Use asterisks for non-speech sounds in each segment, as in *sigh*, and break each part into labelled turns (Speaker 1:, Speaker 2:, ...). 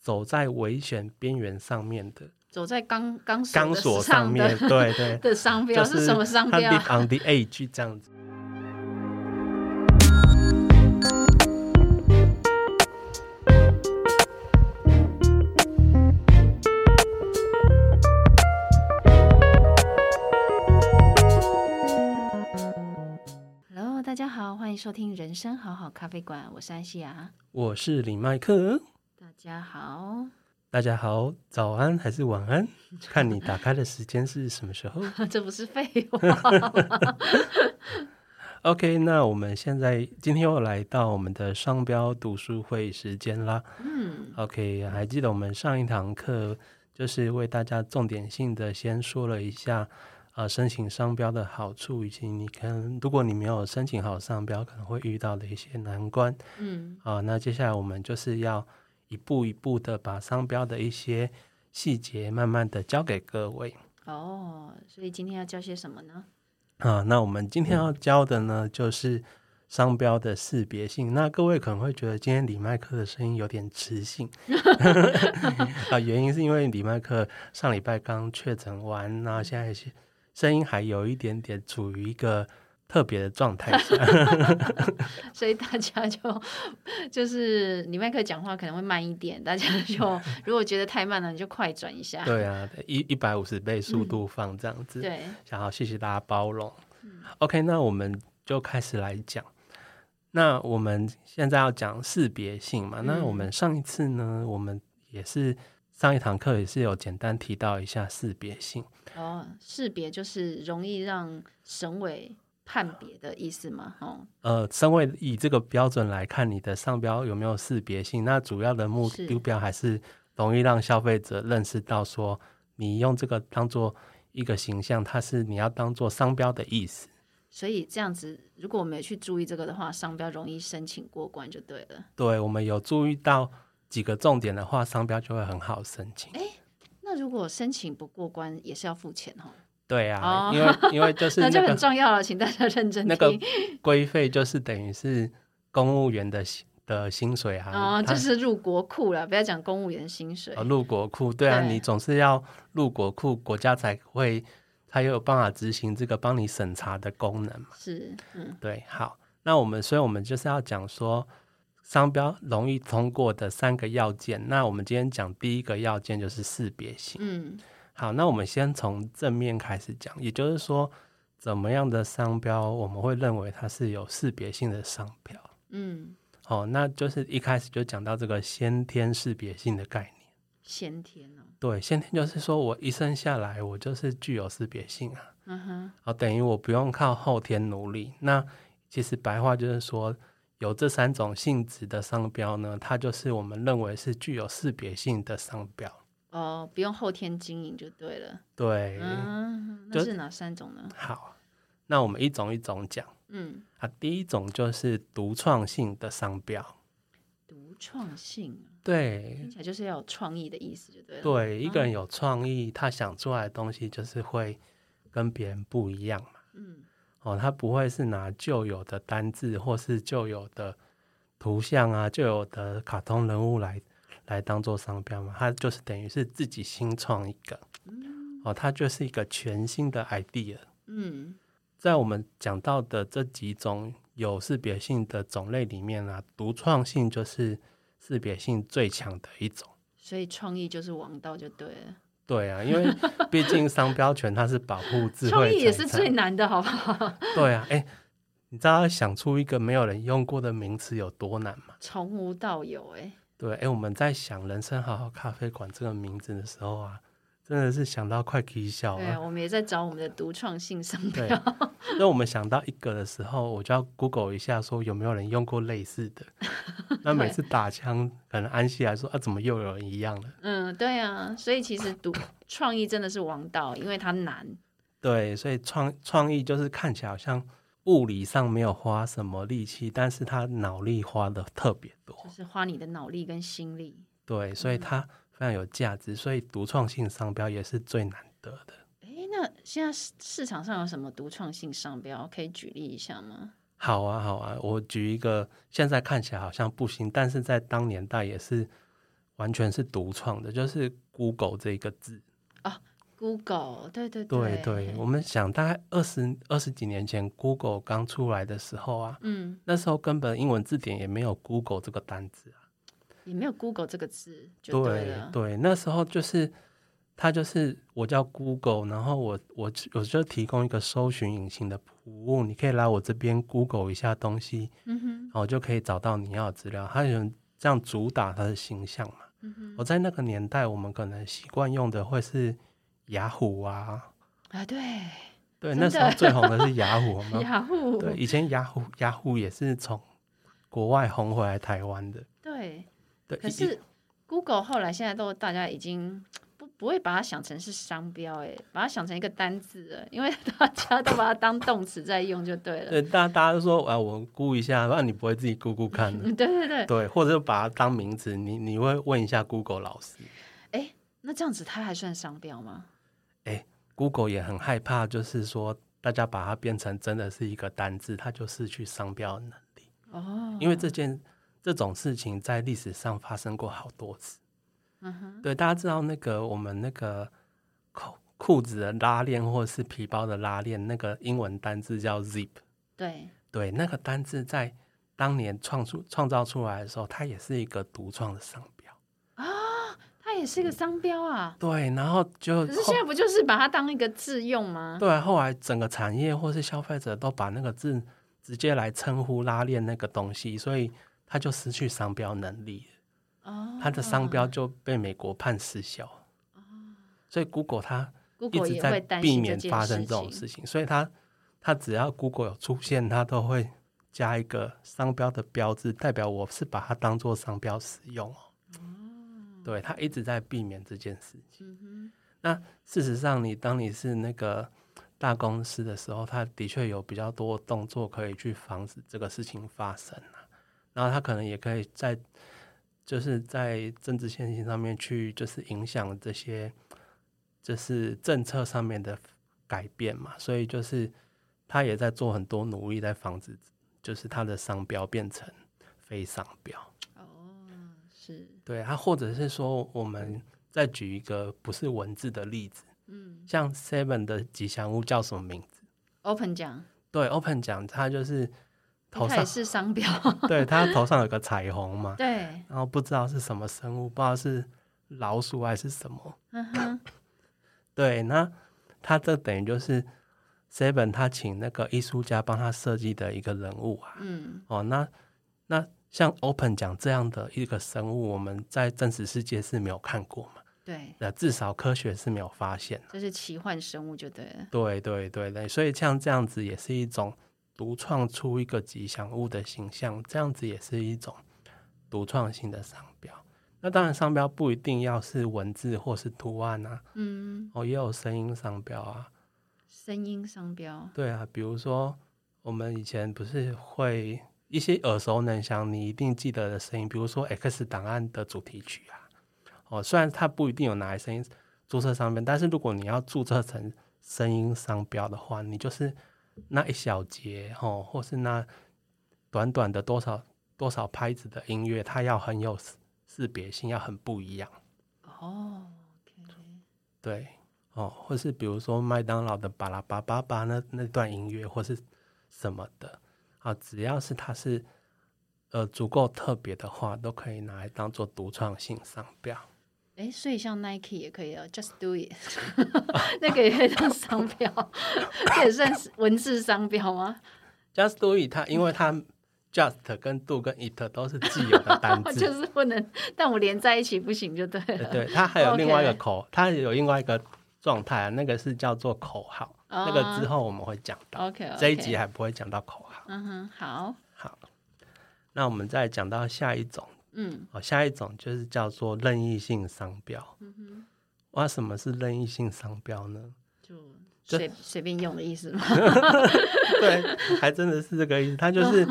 Speaker 1: 走在危险边缘上面的
Speaker 2: 走在钢钢
Speaker 1: 钢索
Speaker 2: 索
Speaker 1: 上面，
Speaker 2: *laughs* 的
Speaker 1: 对对，
Speaker 2: 的商标、
Speaker 1: 就是
Speaker 2: 什么商标？
Speaker 1: 它 live on the edge 这样子。
Speaker 2: Hello，大家好，欢迎收听《人生好好咖啡馆》，我是安西啊亚。
Speaker 1: 我是李麦克，
Speaker 2: 大家好， *laughs*
Speaker 1: 大家好，早安还是晚安？看你打开的时间是什么时候
Speaker 2: 这不是废话吗？
Speaker 1: ？OK，那我们现在今天又来到我们的商标读书会时间啦。
Speaker 2: 嗯，
Speaker 1: OK，还记得我们上一堂课就是为大家重点性的先说了一下，呃，申请商标的好处，以及你可能如果你没有申请好商标，可能会遇到的一些难关
Speaker 2: 嗯，
Speaker 1: 啊、那接下来我们就是要一步一步的把商标的一些细节慢慢的教给各位
Speaker 2: 哦，所以今天要教些什么呢？
Speaker 1: 啊、那我们今天要教的呢，就是商标的识别性。那各位可能会觉得今天李麦克的声音有点磁性啊、原因是因为李麦克上礼拜刚确诊完，那现在是声音还有一点点处于一个特别的状态下。
Speaker 2: 所以大家就就是李麦克讲话可能会慢一点，大家 *laughs* 就如果觉得太慢了，你就快转一下。
Speaker 1: 对啊，一一百五十倍速度放这样子。
Speaker 2: 对，
Speaker 1: 想要谢谢大家包容。OK，那
Speaker 2: 嗯
Speaker 1: 我们就开始来讲。那我们现在要讲识别性嘛？
Speaker 2: 嗯
Speaker 1: 那我们上一次呢，我们也是上一堂课也是有简单提到一下识别性。
Speaker 2: 哦，识别就是容易让审委判别的意思嘛，哦，
Speaker 1: 呃，身为以这个标准来看，你的商标有没有识别性？那主要的目
Speaker 2: 是
Speaker 1: 目标还是容易让消费者认识到说，你用这个当做一个形象，它是你要当做商标的意思。
Speaker 2: 所以这样子，如果我没有去注意这个的话，商标容易申请过关就对了。
Speaker 1: 对，我们有注意到几个重点的话，商标就会很好申请。
Speaker 2: 那如果申请不过关，也是要付钱哦，
Speaker 1: 对啊，
Speaker 2: 哦
Speaker 1: 因为因为
Speaker 2: *laughs*
Speaker 1: 就是
Speaker 2: 那
Speaker 1: 那
Speaker 2: 就很
Speaker 1: 个
Speaker 2: 重要了，请大家认真听。
Speaker 1: 那个规费就是等于是公务员的薪的薪水啊，
Speaker 2: 哦，
Speaker 1: 他
Speaker 2: 就是入国库了，不要讲公务员薪水。
Speaker 1: 呃入国库，对啊，
Speaker 2: 对
Speaker 1: 你总是要入国库，国家才会才有办法执行这个帮你审查的功能嘛。
Speaker 2: 是，嗯，
Speaker 1: 对，好，那我们所以我们就是要讲说。商标容易通过的三个要件，那我们今天讲第一个要件就是识别性。
Speaker 2: 嗯，
Speaker 1: 好，那我们先从正面开始讲，也就是说，怎么样的商标我们会认为它是有识别性的商标？
Speaker 2: 嗯，
Speaker 1: 哦，那就是一开始就讲到这个先天识别性的概念。
Speaker 2: 先天哦，
Speaker 1: 对，先天就是说我一生下来我就是具有识别性啊，
Speaker 2: 嗯哼，
Speaker 1: 哦，等于我不用靠后天努力。那其实白话就是说，有这三种性质的商标呢，它就是我们认为是具有识别性的商标。
Speaker 2: 哦，不用后天经营就对了。
Speaker 1: 对，
Speaker 2: 嗯，
Speaker 1: 就
Speaker 2: 那是哪三种呢？
Speaker 1: 好，那我们一种一种讲。
Speaker 2: 嗯，
Speaker 1: 啊，第一种就是独创性的商标，
Speaker 2: 独创性啊
Speaker 1: 对
Speaker 2: 听起来就是要有创意的意思，就对了。
Speaker 1: 对，一个人有创意，他想出来的东西就是会跟别人不一样嘛。
Speaker 2: 嗯，
Speaker 1: 哦，他不会是拿旧有的单字或是旧有的图像啊、旧有的卡通人物来来当做商标嘛，他就是等于是自己新创一个。哦，它就是一个全新的 idea。
Speaker 2: 嗯，
Speaker 1: 在我们讲到的这几种有识别性的种类里面啊，独创性就是识别性最强的一种。
Speaker 2: 所以创意就是王道就对了，
Speaker 1: 对啊，因
Speaker 2: *laughs*
Speaker 1: 为毕竟商标权它是保护智
Speaker 2: 创
Speaker 1: 慧
Speaker 2: 意也是
Speaker 1: 财产
Speaker 2: 最难的，好 *laughs* 不好？
Speaker 1: 对啊，哎、你知道要想出一个没有人用过的名词有多难吗？
Speaker 2: 从无到有、欸，
Speaker 1: 对，哎、我们在想“人生好好咖啡馆”这个名字的时候啊，真的是想到快啼笑
Speaker 2: 对啊，
Speaker 1: 了。
Speaker 2: 我们也在找我们的独创性商
Speaker 1: 对
Speaker 2: 标。，
Speaker 1: 那我们想到一个的时候，我就要 Google 一下，说有没有人用过类似的。那每次打枪，可能安息来说啊，怎么又有人一样了？
Speaker 2: 嗯，对啊，所以其实独创意真的是王道，因为它难。
Speaker 1: 对，所以创创意就是看起来好像物理上没有花什么力气，但是他脑力花的特别多。
Speaker 2: 就是花你的脑力跟心力。
Speaker 1: 对，所以它非常有价值，所以独创性商标也是最难得的。
Speaker 2: 诶，那现在市市场上有什么独创性商标？可以举例一下吗？
Speaker 1: 好啊，好啊，我举一个现在看起来好像不行，但是在当年代也是完全是独创的，就是 Google 这个字。
Speaker 2: Google，对对
Speaker 1: 对对，我们想大概二十二十几年前 Google 刚出来的时候啊，
Speaker 2: 嗯，
Speaker 1: 那时候根本英文字典也没有 Google 这个单字啊。
Speaker 2: 也没有 Google 这个字，就对
Speaker 1: 对
Speaker 2: 了。
Speaker 1: 对，那时候就是它就是我叫 Google，然后我我我就提供一个搜寻引擎的服务，你可以来我这边 Google 一下东西，
Speaker 2: 嗯哼，
Speaker 1: 然后哦就可以找到你要的资料。它有这样主打它的形象嘛。
Speaker 2: 嗯哼，
Speaker 1: 我在那个年代，我们可能习惯用的会是雅虎啊。
Speaker 2: 啊，对，
Speaker 1: 对，
Speaker 2: 真
Speaker 1: 那时
Speaker 2: 的
Speaker 1: 候最红的是雅虎，我们
Speaker 2: *laughs* 雅虎，
Speaker 1: 对，以前雅虎雅虎也是从国外红回来台湾的。
Speaker 2: 对
Speaker 1: 对，
Speaker 2: 可
Speaker 1: 一
Speaker 2: 是 Google 后来现在都大家已经不不会把它想成是商标，哎，把它想成一个单字了，因为大家都把它当动词在用就对了。
Speaker 1: 对大大家都说啊，我估一下，那你不会自己估估看
Speaker 2: *laughs*
Speaker 1: 的？
Speaker 2: 嗯，对对对，
Speaker 1: 对，或者把它当名字，你你会问一下 Google 老师
Speaker 2: 那这样子它还算商标吗？
Speaker 1: ，Google 也很害怕，就是说大家把它变成真的是一个单字，它就失去商标能力，
Speaker 2: 哦，
Speaker 1: 因为这件这种事情在历史上发生过好多次。
Speaker 2: 嗯哼，
Speaker 1: 对，大家知道那个我们那个裤裤子的拉链或者是皮包的拉链，那个英文单字叫 zip。
Speaker 2: 对，
Speaker 1: 对，那个单字在当年创出创造出来的时候，它也是一个独创的商标。
Speaker 2: 啊它也是一个商标啊。
Speaker 1: 对，然后就
Speaker 2: 可是
Speaker 1: 后
Speaker 2: 现在不就是把它当一个字用吗？
Speaker 1: 嗯对，啊后来整个产业或是消费者都把那个字直接来称呼拉链那个东西，所以它就失去商标能力了，
Speaker 2: 哦，
Speaker 1: 它的商标就被美国判失效。所以 Google 它一
Speaker 2: Google
Speaker 1: 直
Speaker 2: 也
Speaker 1: 在
Speaker 2: 会担
Speaker 1: 避
Speaker 2: 心
Speaker 1: 免
Speaker 2: 件
Speaker 1: 发生这种
Speaker 2: 情
Speaker 1: 事情，所以它它只要 Google 有出现，它都会加一个商标的标志，代表我是把它当做商标使用哦。对，它一直在避免这件事情。
Speaker 2: 嗯
Speaker 1: 事实上，你当你是那个大公司的时候，它的确有比较多动作可以去防止这个事情发生啊。然后它可能也可以在就是在政治现行上面去，就是影响这些就是政策上面的改变嘛。所以就是它也在做很多努力，在防止就是它的商标变成非商标。
Speaker 2: 哼，哦，是，
Speaker 1: 对它，或者是说，我们再举一个不是文字的例子。
Speaker 2: 嗯
Speaker 1: 像 Seven 的吉祥物叫什么名字？
Speaker 2: ，Open 讲，
Speaker 1: 对，Open 讲它就是头
Speaker 2: 它也
Speaker 1: 上，
Speaker 2: 是商标， *laughs*
Speaker 1: 对，它头上有个彩虹嘛，
Speaker 2: 对，
Speaker 1: 然后不知道是什么生物，不知道是老鼠还是什么。
Speaker 2: 嗯哼，
Speaker 1: 对，那它这等于就是 Seven 他请那个艺术家帮他设计的一个人物啊。
Speaker 2: 嗯，
Speaker 1: 哦，那那像 Open 讲这样的一个生物，我们在真实世界是没有看过嘛？
Speaker 2: 对，
Speaker 1: 那至少科学是没有发现。
Speaker 2: 这是奇幻生物就对了，
Speaker 1: 对对对对，所以像这样子也是一种独创出一个吉祥物的形象，这样子也是一种独创性的商标。那当然，商标不一定要是文字或是图案啊，
Speaker 2: 嗯，
Speaker 1: 哦，也有声音商标啊。
Speaker 2: 声音商标，
Speaker 1: 对啊，比如说我们以前不是会一些耳熟能详、你一定记得的声音，比如说《X 档案》的主题曲啊。哦，虽然它不一定有拿来声音注册上面，但是如果你要注册成声音商标的话，你就是那一小节哦，或是那短短的多少多少拍子的音乐，它要很有识识别性，要很不一样。
Speaker 2: 哦，OK，
Speaker 1: 对，哦，或是比如说麦当劳的巴拉巴巴巴那那段音乐，或是什么的，啊，只要是它是呃足够特别的话，都可以拿来当做独创性商标。
Speaker 2: 哎，所以像 Nike 也可以啊，Just Do It，那 *laughs* 个也可以当商标，这也算
Speaker 1: *laughs*
Speaker 2: 是文字商标吗？
Speaker 1: Just do it，它因为
Speaker 2: *laughs*
Speaker 1: 它 just 跟 do 跟 it 都是既有的单字，
Speaker 2: *laughs* 就是不能，但我连在一起不行就对
Speaker 1: 呃
Speaker 2: 了，
Speaker 1: 对，它还有另外一个
Speaker 2: OK
Speaker 1: 口，它有另外一个状态，啊那个是叫做口号，那个之
Speaker 2: 后
Speaker 1: 后我们会讲到，
Speaker 2: 哦 OK，
Speaker 1: 这一集，还不会讲到口号。
Speaker 2: 嗯哼，好，
Speaker 1: 好，那我们再讲到下一种。
Speaker 2: 嗯
Speaker 1: 哦，下一种就是叫做任意性商标。
Speaker 2: 嗯哼，
Speaker 1: 哇，什么是任意性商标呢？
Speaker 2: 就
Speaker 1: 这
Speaker 2: 随随便用的意思吗？
Speaker 1: 对， *laughs* 还真的是这个意思。它就是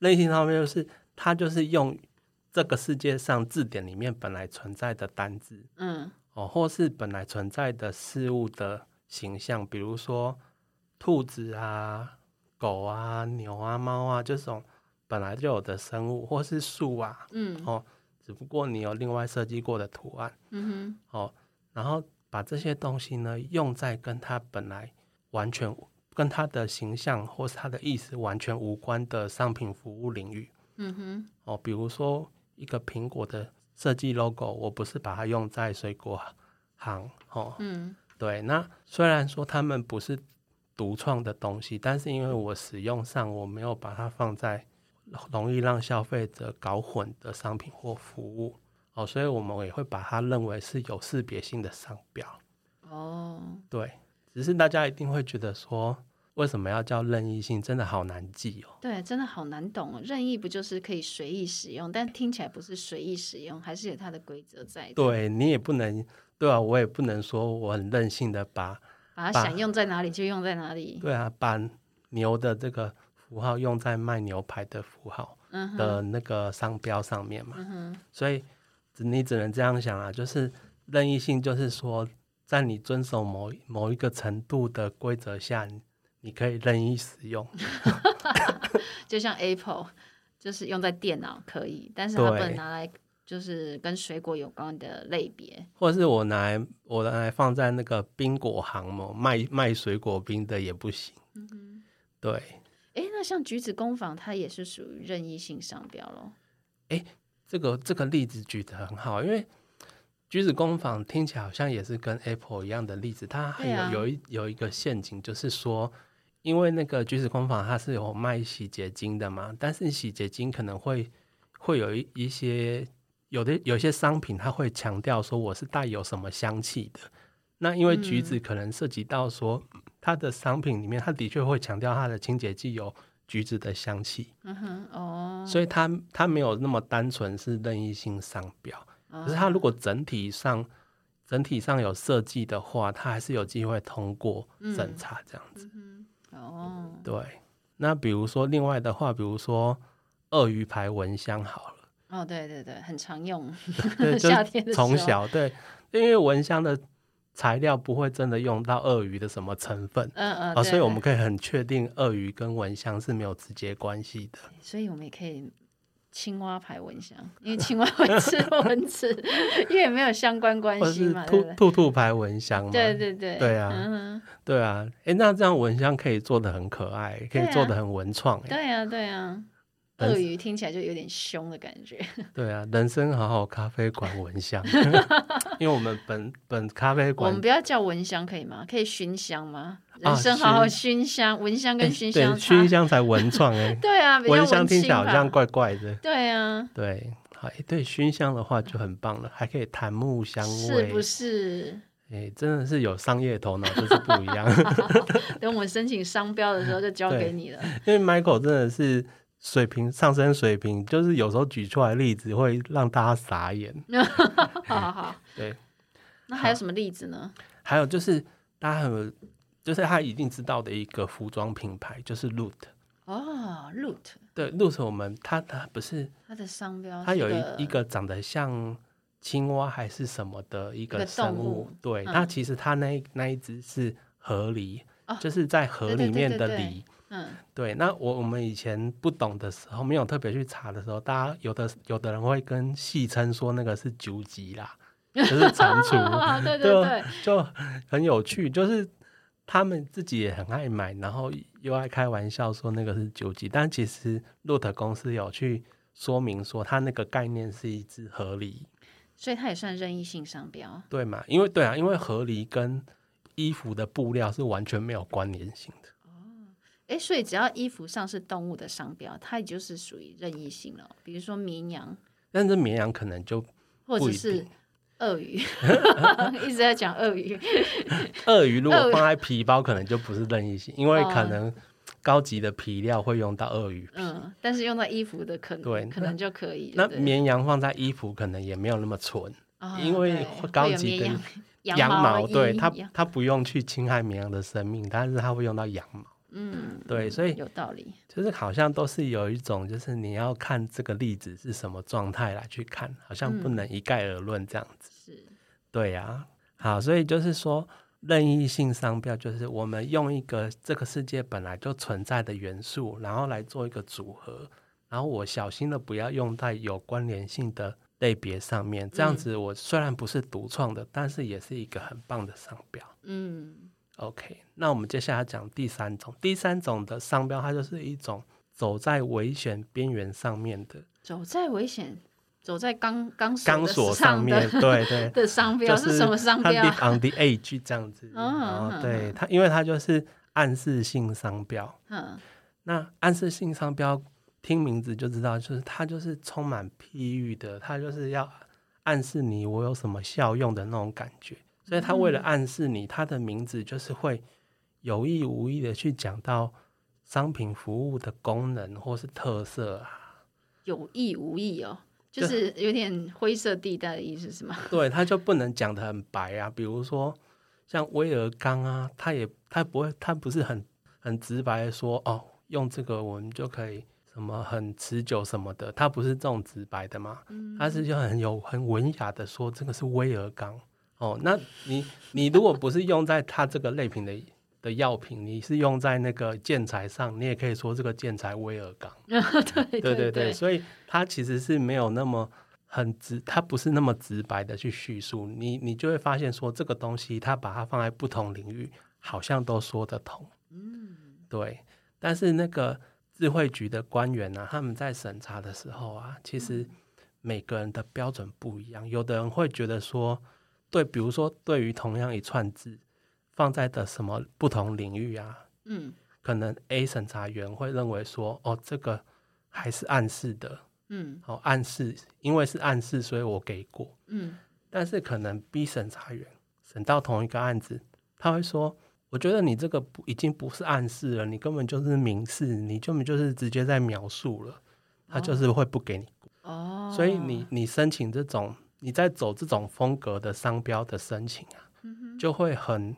Speaker 1: 任意性商标，就是它就是用这个世界上字典里面本来存在的单字
Speaker 2: 嗯
Speaker 1: 哦，或是本来存在的事物的形象，比如说兔子啊、狗啊、牛啊、猫啊这种本来就有的生物，或是树啊，
Speaker 2: 嗯
Speaker 1: 哦，只不过你有另外设计过的图案
Speaker 2: 嗯
Speaker 1: 哦，然后把这些东西呢用在跟它本来完全跟它的形象或是它的意思完全无关的商品服务领域
Speaker 2: 哼，嗯哼，
Speaker 1: 哦，比如说一个苹果的设计 logo，我不是把它用在水果行哦，
Speaker 2: 嗯
Speaker 1: 对，那虽然说他们不是独创的东西，但是因为我使用上我没有把它放在容易让消费者搞混的商品或服务哦，所以我们也会把它认为是有识别性的商标。
Speaker 2: 哦，
Speaker 1: 对，只是大家一定会觉得说，为什么要叫任意性？真的好难记哦。
Speaker 2: 对，真的好难懂哦。任意不就是可以随意使用，但听起来不是随意使用，还是有它的规则在的。
Speaker 1: 对你也不能，对啊，我也不能说我很任性的把，
Speaker 2: 把它
Speaker 1: 把
Speaker 2: 想用在哪里就用在哪里。
Speaker 1: 对啊，把牛的这个符号用在卖牛排的符号。
Speaker 2: 嗯哼，
Speaker 1: 的那个商标上面嘛，
Speaker 2: 嗯哼，
Speaker 1: 所以只你只能这样想啊，就是任意性，就是说在你遵守某某一个程度的规则下，你你可以任意使
Speaker 2: *laughs*
Speaker 1: 用。
Speaker 2: 就像 Apple，就是用在电脑可以，但是它不
Speaker 1: 对
Speaker 2: 能拿来就是跟水果有关的类别。
Speaker 1: 或是我拿来我拿来放在那个冰果行嘛，卖卖水果冰的也不行。
Speaker 2: 嗯
Speaker 1: 对，
Speaker 2: 诶，那像橘子工坊，它也是属于任意性商标咯。
Speaker 1: 这个这个例子举得很好，因为橘子工坊听起来好像也是跟 Apple 一样的例子，它还
Speaker 2: 对
Speaker 1: 有、
Speaker 2: 啊
Speaker 1: 有一有一个陷阱，就是说，因为那个橘子工坊它是有卖洗洁精的嘛，但是洗洁精可能会会有一一些有的有些商品，它会强调说我是带有什么香气的。那因为橘
Speaker 2: 嗯
Speaker 1: 子可能涉及到说，它的商品里面，它的确会强调它的清洁剂有橘子的香气，
Speaker 2: 嗯哼，哦，
Speaker 1: 所以它它没有那么单纯是任意性商标。
Speaker 2: 哦嗯
Speaker 1: 可是它如果整体上整体上有设计的话，它还是有机会通过
Speaker 2: 嗯
Speaker 1: 审查这样子。
Speaker 2: 哦，
Speaker 1: 对，那比如说另外的话，比如说鳄鱼牌蚊香好了，
Speaker 2: 哦，对对对，很常用， *laughs*
Speaker 1: 对，就
Speaker 2: 夏
Speaker 1: 是
Speaker 2: 天的时候
Speaker 1: 从小对，因为蚊香的材料不会真的用到鳄鱼的什么成分。
Speaker 2: 嗯嗯，
Speaker 1: 啊，
Speaker 2: 对
Speaker 1: 所以我
Speaker 2: 对
Speaker 1: 们可以很确定，鳄鱼跟蚊香是没有直接关系的。
Speaker 2: 所以我们也可以青蛙牌蚊香，因为青蛙会吃蚊子， *laughs* 因为没有相关关
Speaker 1: 或者
Speaker 2: 系
Speaker 1: 是
Speaker 2: 嘛，对
Speaker 1: 兔
Speaker 2: 不对？
Speaker 1: 兔兔牌蚊香嘛，
Speaker 2: 对对对，
Speaker 1: 对啊
Speaker 2: 嗯哼，
Speaker 1: 对啊，哎，那这样蚊香可以做的很可爱，可以
Speaker 2: 对啊
Speaker 1: 做的很文创，欸诶
Speaker 2: 对啊对啊，
Speaker 1: 但是
Speaker 2: 鳄鱼听起来就有点凶的感觉，
Speaker 1: 对啊，人生好好咖啡馆蚊
Speaker 2: *laughs*
Speaker 1: 香，因为我们本本咖啡
Speaker 2: 我
Speaker 1: 馆
Speaker 2: 们不要叫蚊香可以吗？可以熏香吗？
Speaker 1: 啊
Speaker 2: 人生好好熏香，蚊香跟熏香
Speaker 1: 对
Speaker 2: 差，
Speaker 1: 熏香才文创哎、
Speaker 2: 对啊， *laughs* 比较
Speaker 1: 蚊香听起
Speaker 2: 青
Speaker 1: 来好像
Speaker 2: 吧，
Speaker 1: 怪怪的。
Speaker 2: 对啊，
Speaker 1: 对，好哎，对熏香的话就很棒了，还可以檀木香
Speaker 2: 是
Speaker 1: 味
Speaker 2: 不，是？
Speaker 1: 哎，真的是有商业头脑，这是不一
Speaker 2: *laughs*
Speaker 1: 样。
Speaker 2: 等我们申请商标的时候就交
Speaker 1: *laughs* 对
Speaker 2: 给你了。
Speaker 1: 因为 Michael 真的是水平上升水平，就是有时候举出来的例子会让大家傻眼。
Speaker 2: 好好好，
Speaker 1: 对，
Speaker 2: 那还有什么例子呢？
Speaker 1: 还有就是大家很就是他一定知道的一个服装品牌就是 Loot。
Speaker 2: 哦，root，
Speaker 1: 对，Loot 我们它它不是
Speaker 2: 它的商标哦是，
Speaker 1: 它有一一个长得像青蛙还是什么的一
Speaker 2: 一
Speaker 1: 个
Speaker 2: 个
Speaker 1: 生
Speaker 2: 动
Speaker 1: 物
Speaker 2: 物，
Speaker 1: 对，
Speaker 2: 嗯
Speaker 1: 它其实它那一那一只是河狸，
Speaker 2: 哦
Speaker 1: 就是在河
Speaker 2: 对对
Speaker 1: 里
Speaker 2: 对
Speaker 1: 面
Speaker 2: 对
Speaker 1: 的
Speaker 2: 对
Speaker 1: 狸。 *laughs*
Speaker 2: 嗯
Speaker 1: 对，那我我们以前不懂的时候，没有特别去查的时候，大家有的有的人会跟戏称说那个是九级啦，就是蟾蜍，
Speaker 2: *laughs* 啊，对对
Speaker 1: 对
Speaker 2: 对
Speaker 1: 啊， *laughs* 就很有趣，就是他们自己也很爱买，然后又爱开玩笑说那个是九级，但其实洛特公司有去说明说，它那个概念是一只河狸，
Speaker 2: 所以它也算任意性商标。
Speaker 1: 对嘛？因为对啊，因为河狸跟衣服的布料是完全没有关联性的。
Speaker 2: 诶，所以只要衣服上是动物的商标，它也就是属于任意性了。比如说绵羊，
Speaker 1: 但是绵羊可能就
Speaker 2: 或
Speaker 1: 不
Speaker 2: 者
Speaker 1: 一
Speaker 2: 是
Speaker 1: 定 *laughs*
Speaker 2: 鳄鱼， *laughs* 一直在讲鳄鱼。
Speaker 1: 鳄鱼如果
Speaker 2: 鳄鱼
Speaker 1: 放在皮包，可能就不是任意性，因为
Speaker 2: 哦
Speaker 1: 可能高级的皮料会用到鳄鱼。
Speaker 2: 嗯，但是用到衣服的可
Speaker 1: 对
Speaker 2: 能可
Speaker 1: 那
Speaker 2: 能就可以。
Speaker 1: 那
Speaker 2: 对不对
Speaker 1: 绵羊放在衣服，可能也没有那么纯。
Speaker 2: 哦
Speaker 1: 因为
Speaker 2: 对
Speaker 1: 会
Speaker 2: 会
Speaker 1: 高
Speaker 2: 有
Speaker 1: 级
Speaker 2: 绵
Speaker 1: 的
Speaker 2: 羊
Speaker 1: *laughs* 羊毛，
Speaker 2: 毛
Speaker 1: 对
Speaker 2: 衣
Speaker 1: 它
Speaker 2: 羊
Speaker 1: 它不用去侵害绵羊的生命，但是它会用到羊毛，
Speaker 2: 嗯，
Speaker 1: 对，所以
Speaker 2: 有道理。
Speaker 1: 就是好像都是有一种，就是你要看这个例子是什么状态来去看，好像不
Speaker 2: 嗯
Speaker 1: 能一概而论这样子。
Speaker 2: 是，
Speaker 1: 对呀、好，所以就是说任意性商标，就是我们用一个这个世界本来就存在的元素，然后来做一个组合，然后我小心的不要用在有关联性的类别上面。这样子，我虽然不是独创的，但是也是一个很棒的商标。
Speaker 2: 嗯
Speaker 1: OK，那我们接下来讲第三种，第三种的商标，它就是一种走在危险边缘上面的
Speaker 2: 走在危险，走在钢钢索
Speaker 1: 钢
Speaker 2: 的
Speaker 1: 索
Speaker 2: 上
Speaker 1: 上面，对对
Speaker 2: 的， *laughs* 的商标、
Speaker 1: 就是
Speaker 2: 什么商
Speaker 1: 它
Speaker 2: 标？啊
Speaker 1: live on the edge 这样子。
Speaker 2: 嗯
Speaker 1: 然
Speaker 2: 嗯
Speaker 1: 后对它，因为它就是暗示性商标。
Speaker 2: 嗯
Speaker 1: 那暗示性商标，听名字就知道，就是它就是充满譬喻的，它就是要暗示你我有什么效用的那种感觉。所以它为了暗示你，它的名字就是会有意无意的去讲到商品服务的功能或是特色啊。
Speaker 2: 有意无意哦，就
Speaker 1: 对
Speaker 2: 是有点灰色地带的意思是吗？
Speaker 1: *laughs* 对，它就不能讲的很白啊。比如说像威尔刚啊，他也他不会，他不是很很直白的说哦，用这个我们就可以什么很持久什么的，他不是这种直白的嘛，他是就很有很文雅的说这个是威尔刚哦。那你你如果不是用在他这个类品的。的药品，你是用在那个建材上，你也可以说这个建材威尔刚。
Speaker 2: 对
Speaker 1: 对对
Speaker 2: 对
Speaker 1: 对，所以它其实是没有那么很直，它不是那么直白的去叙述你，你就会发现说这个东西，它把它放在不同领域，好像都说得通。
Speaker 2: 嗯
Speaker 1: 对，但是那个智慧局的官员呢、他们在审查的时候啊，其实每个人的标准不一样，有的人会觉得说，对，比如说对于同样一串字放在的什么不同领域啊，
Speaker 2: 嗯
Speaker 1: 可能 A 审查员会认为说，哦，这个还是暗示的，
Speaker 2: 嗯
Speaker 1: 哦，暗示，因为是暗示，所以我给过。
Speaker 2: 嗯
Speaker 1: 但是可能 B 审查员审到同一个案子，他会说，我觉得你这个不已经不是暗示了，你根本就是明示，你根本就是直接在描述了，他就是会不给你。
Speaker 2: 哦，
Speaker 1: 所以你你申请这种，你在走这种风格的商标的申请啊，就会很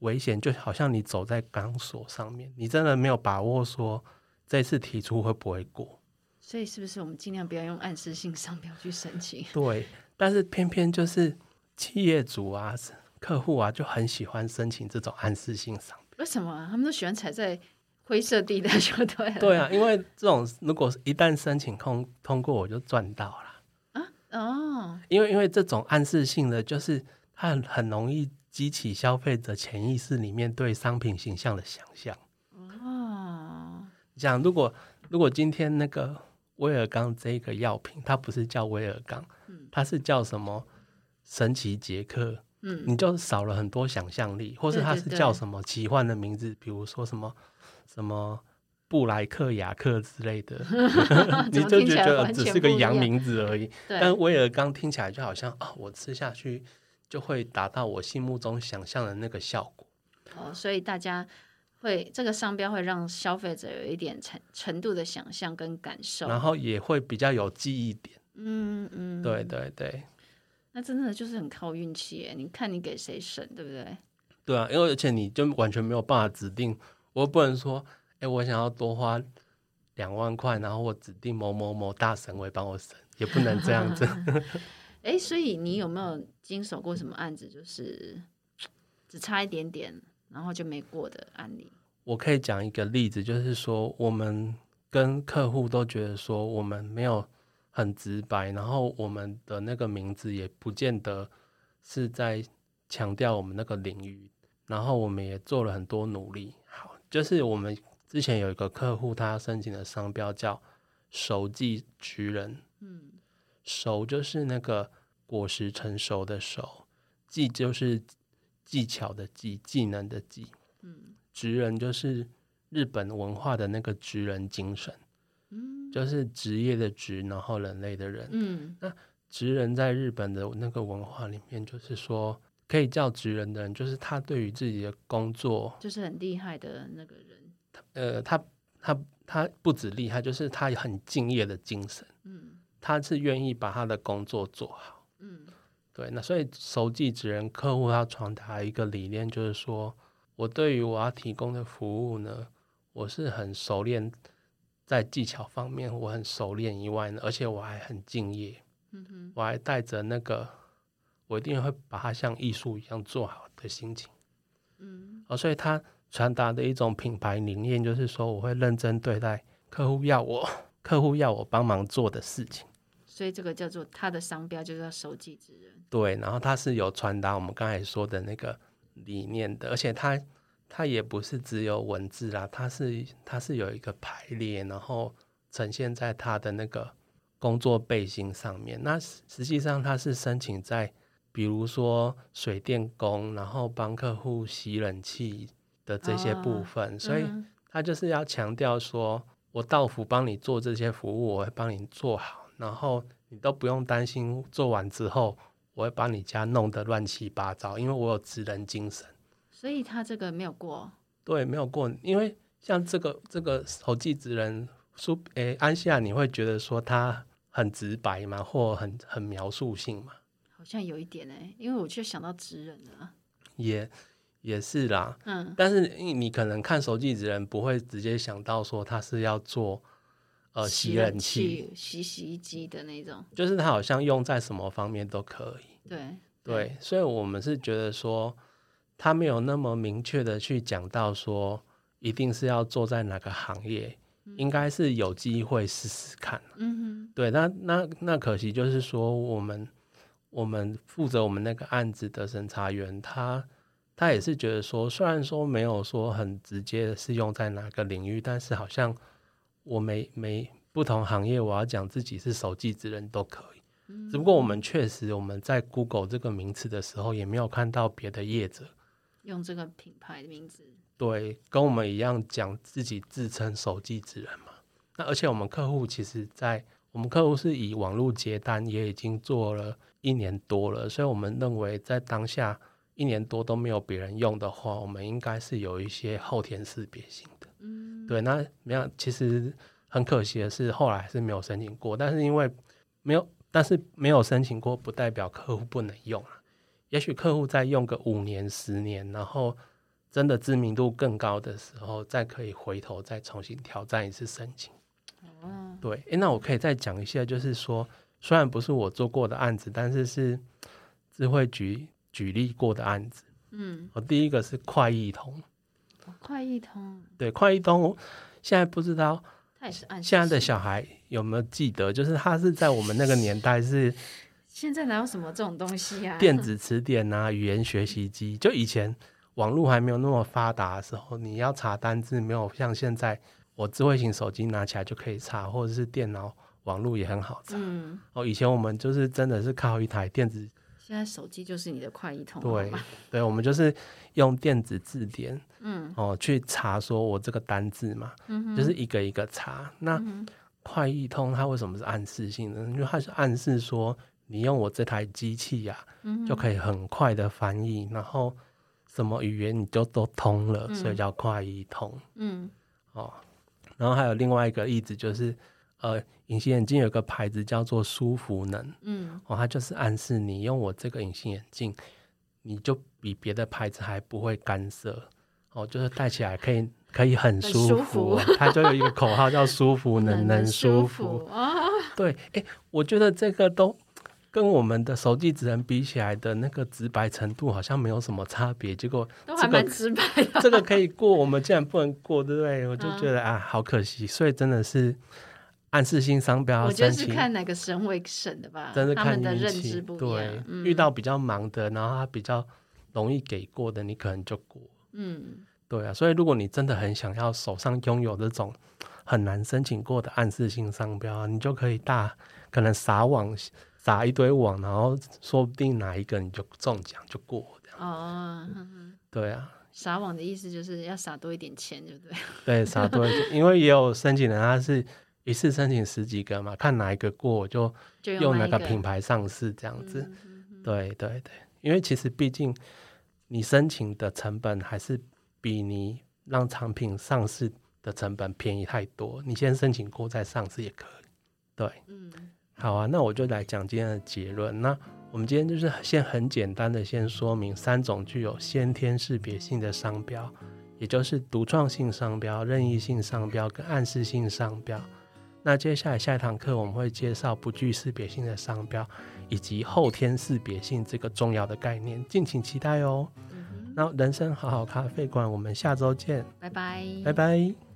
Speaker 1: 危险，就好像你走在钢索上面，你真的没有把握说这次提出会不会过。
Speaker 2: 所以是不是我们尽量不要用暗示性商标去申请？ *laughs*
Speaker 1: 对，但是偏偏就是企业主啊、客户啊，就很喜欢申请这种暗示性商标。
Speaker 2: 为什么啊、他们都喜欢踩在灰色地带就对了？
Speaker 1: 对啊，因为这种如果一旦申请通通过，我就赚到了。
Speaker 2: 啊，哦，
Speaker 1: 因为因为这种暗示性的，就是它很很容易激起消费者潜意识里面对商品形象的想象。
Speaker 2: 哦，
Speaker 1: 像如果如果今天那个威尔刚这个药品，它不是叫威尔刚，它是叫什么神奇杰克，
Speaker 2: 嗯，
Speaker 1: 你就少了很多想象力，或是
Speaker 2: 对
Speaker 1: 它
Speaker 2: 对
Speaker 1: 是
Speaker 2: 对
Speaker 1: 叫什么奇幻的名字，比如说什么什么。布莱克雅克之类
Speaker 2: *laughs*
Speaker 1: 的，你就
Speaker 2: 啊听起
Speaker 1: 觉
Speaker 2: 来
Speaker 1: 得
Speaker 2: 完
Speaker 1: 只
Speaker 2: 全
Speaker 1: 是个
Speaker 2: 不一
Speaker 1: 洋
Speaker 2: 样
Speaker 1: 名字而已，
Speaker 2: *laughs* 对
Speaker 1: 但，威尔刚听起来就好像啊，我吃下去就会达到我心目中想象的那个效果。
Speaker 2: 哦，所以大家会这个商标会让消费者有一点程程度的想象跟感受。
Speaker 1: 然后也会比较有记忆点。
Speaker 2: 嗯嗯，
Speaker 1: 对，对对
Speaker 2: 那真的就是很靠运气耶，你看你给谁审，对不对？
Speaker 1: 对啊，因为而且你就完全没有办法指定，我又不能说，哎，我想要多花两万块，然后我指定某某某大神会帮我审，也不能这
Speaker 2: *laughs*
Speaker 1: 样子。
Speaker 2: 哎，所以你有没有经手过什么案子，就是只差一点点，然后就没过的案例？
Speaker 1: 我可以讲一个例子，就是说我们跟客户都觉得说我们没有很直白，然后我们的那个名字也不见得是在强调我们那个领域，然后我们也做了很多努力。好，就是我们之前有一个客户，他申请的商标叫“熟记菊人”，
Speaker 2: 嗯
Speaker 1: 熟就是那个果实成熟的熟，技就是技巧的技，技能的技。
Speaker 2: 嗯
Speaker 1: 职人就是日本文化的那个职人精神，
Speaker 2: 嗯
Speaker 1: 就是职业的职，然后人类的人。
Speaker 2: 嗯
Speaker 1: 职人在日本的那个文化里面，就是说可以叫职人的人，就是他对于自己的工作，
Speaker 2: 就是很厉害的那个人。
Speaker 1: 呃，他他他不止厉害，就是他很敬业的精神，
Speaker 2: 嗯
Speaker 1: 他是愿意把他的工作做好。
Speaker 2: 嗯
Speaker 1: 对，那所以熟记职人客户要传达一个理念，就是说我对于我要提供的服务呢，我是很熟练在技巧方面，我很熟练以外呢，而且我还很敬业，
Speaker 2: 嗯哼，
Speaker 1: 我还带着那个我一定会把它像艺术一样做好的心情。
Speaker 2: 嗯
Speaker 1: 哦，所以他传达的一种品牌理念就是说，我会认真对待客户要我客户要我帮忙做的事情。
Speaker 2: 所以这个叫做它的商标就叫守己之人。
Speaker 1: 对，然后它是有传达我们刚才说的那个理念的，而且它它也不是只有文字啦，它是它是有一个排列，然后呈现在它的那个工作背心上面。那实实际上它是申请在比如说水电工，然后帮客户洗冷气的这些部
Speaker 2: 哦
Speaker 1: 分，所以
Speaker 2: 嗯
Speaker 1: 他就是要强调说，我到府帮你做这些服务，我会帮你做好，然后你都不用担心做完之后，我会把你家弄得乱七八糟，因为我有职人精神。
Speaker 2: 所以它这个没有过。
Speaker 1: 对，没有过，因为像这个这个手记职人苏诶安西亚，你会觉得说他很直白吗？或很很描述性吗？
Speaker 2: 好像有一点哎、因为我就想到职人了，啊
Speaker 1: 也也是啦，
Speaker 2: 嗯，
Speaker 1: 但是你你可能看手记职人不会直接想到说他是要做呃洗冷气。、
Speaker 2: 洗洗衣机的那种，
Speaker 1: 就是它好像用在什么方面都可以。
Speaker 2: 对
Speaker 1: 对，所以我们是觉得说，它没有那么明确的去讲到说一定是要做在哪个行业，应该是有机会试试看。
Speaker 2: 嗯
Speaker 1: 对，那那那可惜就是说，我们我们负责我们那个案子的审查员，他他也是觉得说，虽然说没有说很直接的是用在哪个领域，但是好像我每每不同行业，我要讲自己是手机职人都可以。只不过我们确实我们在 Google 这个名词的时候，也没有看到别的业者
Speaker 2: 哼，用这个品牌的名字，
Speaker 1: 对，跟我们一样讲自己自称手机职人嘛。那而且我们客户其实在我们客户是以网络接单，也已经做了一年多了，所以我们认为在当下一年多都没有别人用的话，我们应该是有一些后天识别性的。
Speaker 2: 嗯，
Speaker 1: 对，那没有，其实很可惜的是，后来还是没有申请过，但是因为没有，但是没有申请过，不代表客户不能用啊。也许客户再用个五年、十年，然后真的知名度更高的时候，再可以回头再重新挑战一次申请。
Speaker 2: 哦，
Speaker 1: 对，诶，那我可以再讲一下，就是说，虽然不是我做过的案子，但是是智慧局举例过的案子。
Speaker 2: 嗯，
Speaker 1: 我第一个是快易通，
Speaker 2: 哦快一通，
Speaker 1: 对，快易通现在不知道
Speaker 2: 它也是按
Speaker 1: 现在的
Speaker 2: 时性
Speaker 1: 小孩有没有记得？就是他是在我们那个年代是
Speaker 2: 现在哪有什么这种东西啊？
Speaker 1: 电子词典啊、语言学习机，就以前网络还没有那么发达的时候，你要查单字没有像现在，我智慧型手机拿起来就可以查，或者是电脑网络也很好查。
Speaker 2: 嗯，
Speaker 1: 哦，以前我们就是真的是靠一台电子，
Speaker 2: 现在手机就是你的快一通，
Speaker 1: 对
Speaker 2: 好吧
Speaker 1: 对，我们就是用电子字典
Speaker 2: 嗯
Speaker 1: 哦去查，说我这个单字嘛，
Speaker 2: 嗯哼，
Speaker 1: 就是一个一个查。那
Speaker 2: 嗯哼
Speaker 1: 快易通它为什么是暗示性的？因为它是暗示说，你用我这台机器呀、
Speaker 2: 嗯哼
Speaker 1: 就可以很快的翻译，然后什么语言你就都通了，
Speaker 2: 嗯
Speaker 1: 所以叫快易通
Speaker 2: 嗯
Speaker 1: 哦。然后还有另外一个例子就是，呃，隐形眼镜有个牌子叫做舒服能
Speaker 2: 嗯
Speaker 1: 哦，它就是暗示你用我这个隐形眼镜，你就比别的牌子还不会干涩哦，就是戴起来可以可以很
Speaker 2: 很
Speaker 1: 舒
Speaker 2: 舒
Speaker 1: 服哦。它就有一个口号叫舒服 *laughs* 能能舒服。
Speaker 2: 啊，
Speaker 1: 对，哎，我觉得这个都跟我们的手机职人比起来的那个直白程度好像没有什么差别，结果
Speaker 2: 都还
Speaker 1: 这个
Speaker 2: 蛮 *laughs* 直白的，
Speaker 1: 这个可以过，我们竟然不能过，对不对？我就
Speaker 2: 嗯
Speaker 1: 觉得、啊，好可惜，所以真的是暗示性商标
Speaker 2: 我觉
Speaker 1: 申
Speaker 2: 得是
Speaker 1: 请。
Speaker 2: 看哪个省委省的吧，
Speaker 1: 真是
Speaker 2: 他
Speaker 1: 看
Speaker 2: 们的
Speaker 1: 运
Speaker 2: 认
Speaker 1: 气
Speaker 2: 知不一
Speaker 1: 对
Speaker 2: 样，，嗯
Speaker 1: 遇到比较忙的，然后他比较容易给过的，你可能就过。
Speaker 2: 嗯
Speaker 1: 对啊，所以如果你真的很想要手上拥有这种很难申请过的暗示性商标啊，你就可以大可能撒网撒一堆网，然后说不定哪一个你就中奖就过这样。
Speaker 2: 哦，哼哼
Speaker 1: 对啊，
Speaker 2: 撒网的意思就是要撒多一点钱，对不对？
Speaker 1: 对，
Speaker 2: *laughs*
Speaker 1: 撒多一点，因为也有申请人他是一次申请十几个嘛，看哪一个过我就
Speaker 2: 就
Speaker 1: 用哪
Speaker 2: 那
Speaker 1: 个
Speaker 2: 个
Speaker 1: 品
Speaker 2: 牌
Speaker 1: 牌上市这样子。
Speaker 2: 嗯嗯嗯
Speaker 1: 对对对，因为其实毕竟你申请的成本还是比你让产品上市的成本便宜太多。你先申请过再上市也可以。对，
Speaker 2: 嗯
Speaker 1: 好啊，那我就来讲今天的结论。那我们今天就是先很简单的先说明三种具有先天识别性的商标，也就是独创性商标、任意性商标跟暗示性商标。那接下来下一堂课我们会介绍不具识别性的商标，以及后天识别性这个重要的概念，敬请期待哦。
Speaker 2: 嗯哼，
Speaker 1: 那人生好好咖啡馆，我们下周见，
Speaker 2: 拜拜，
Speaker 1: 拜拜。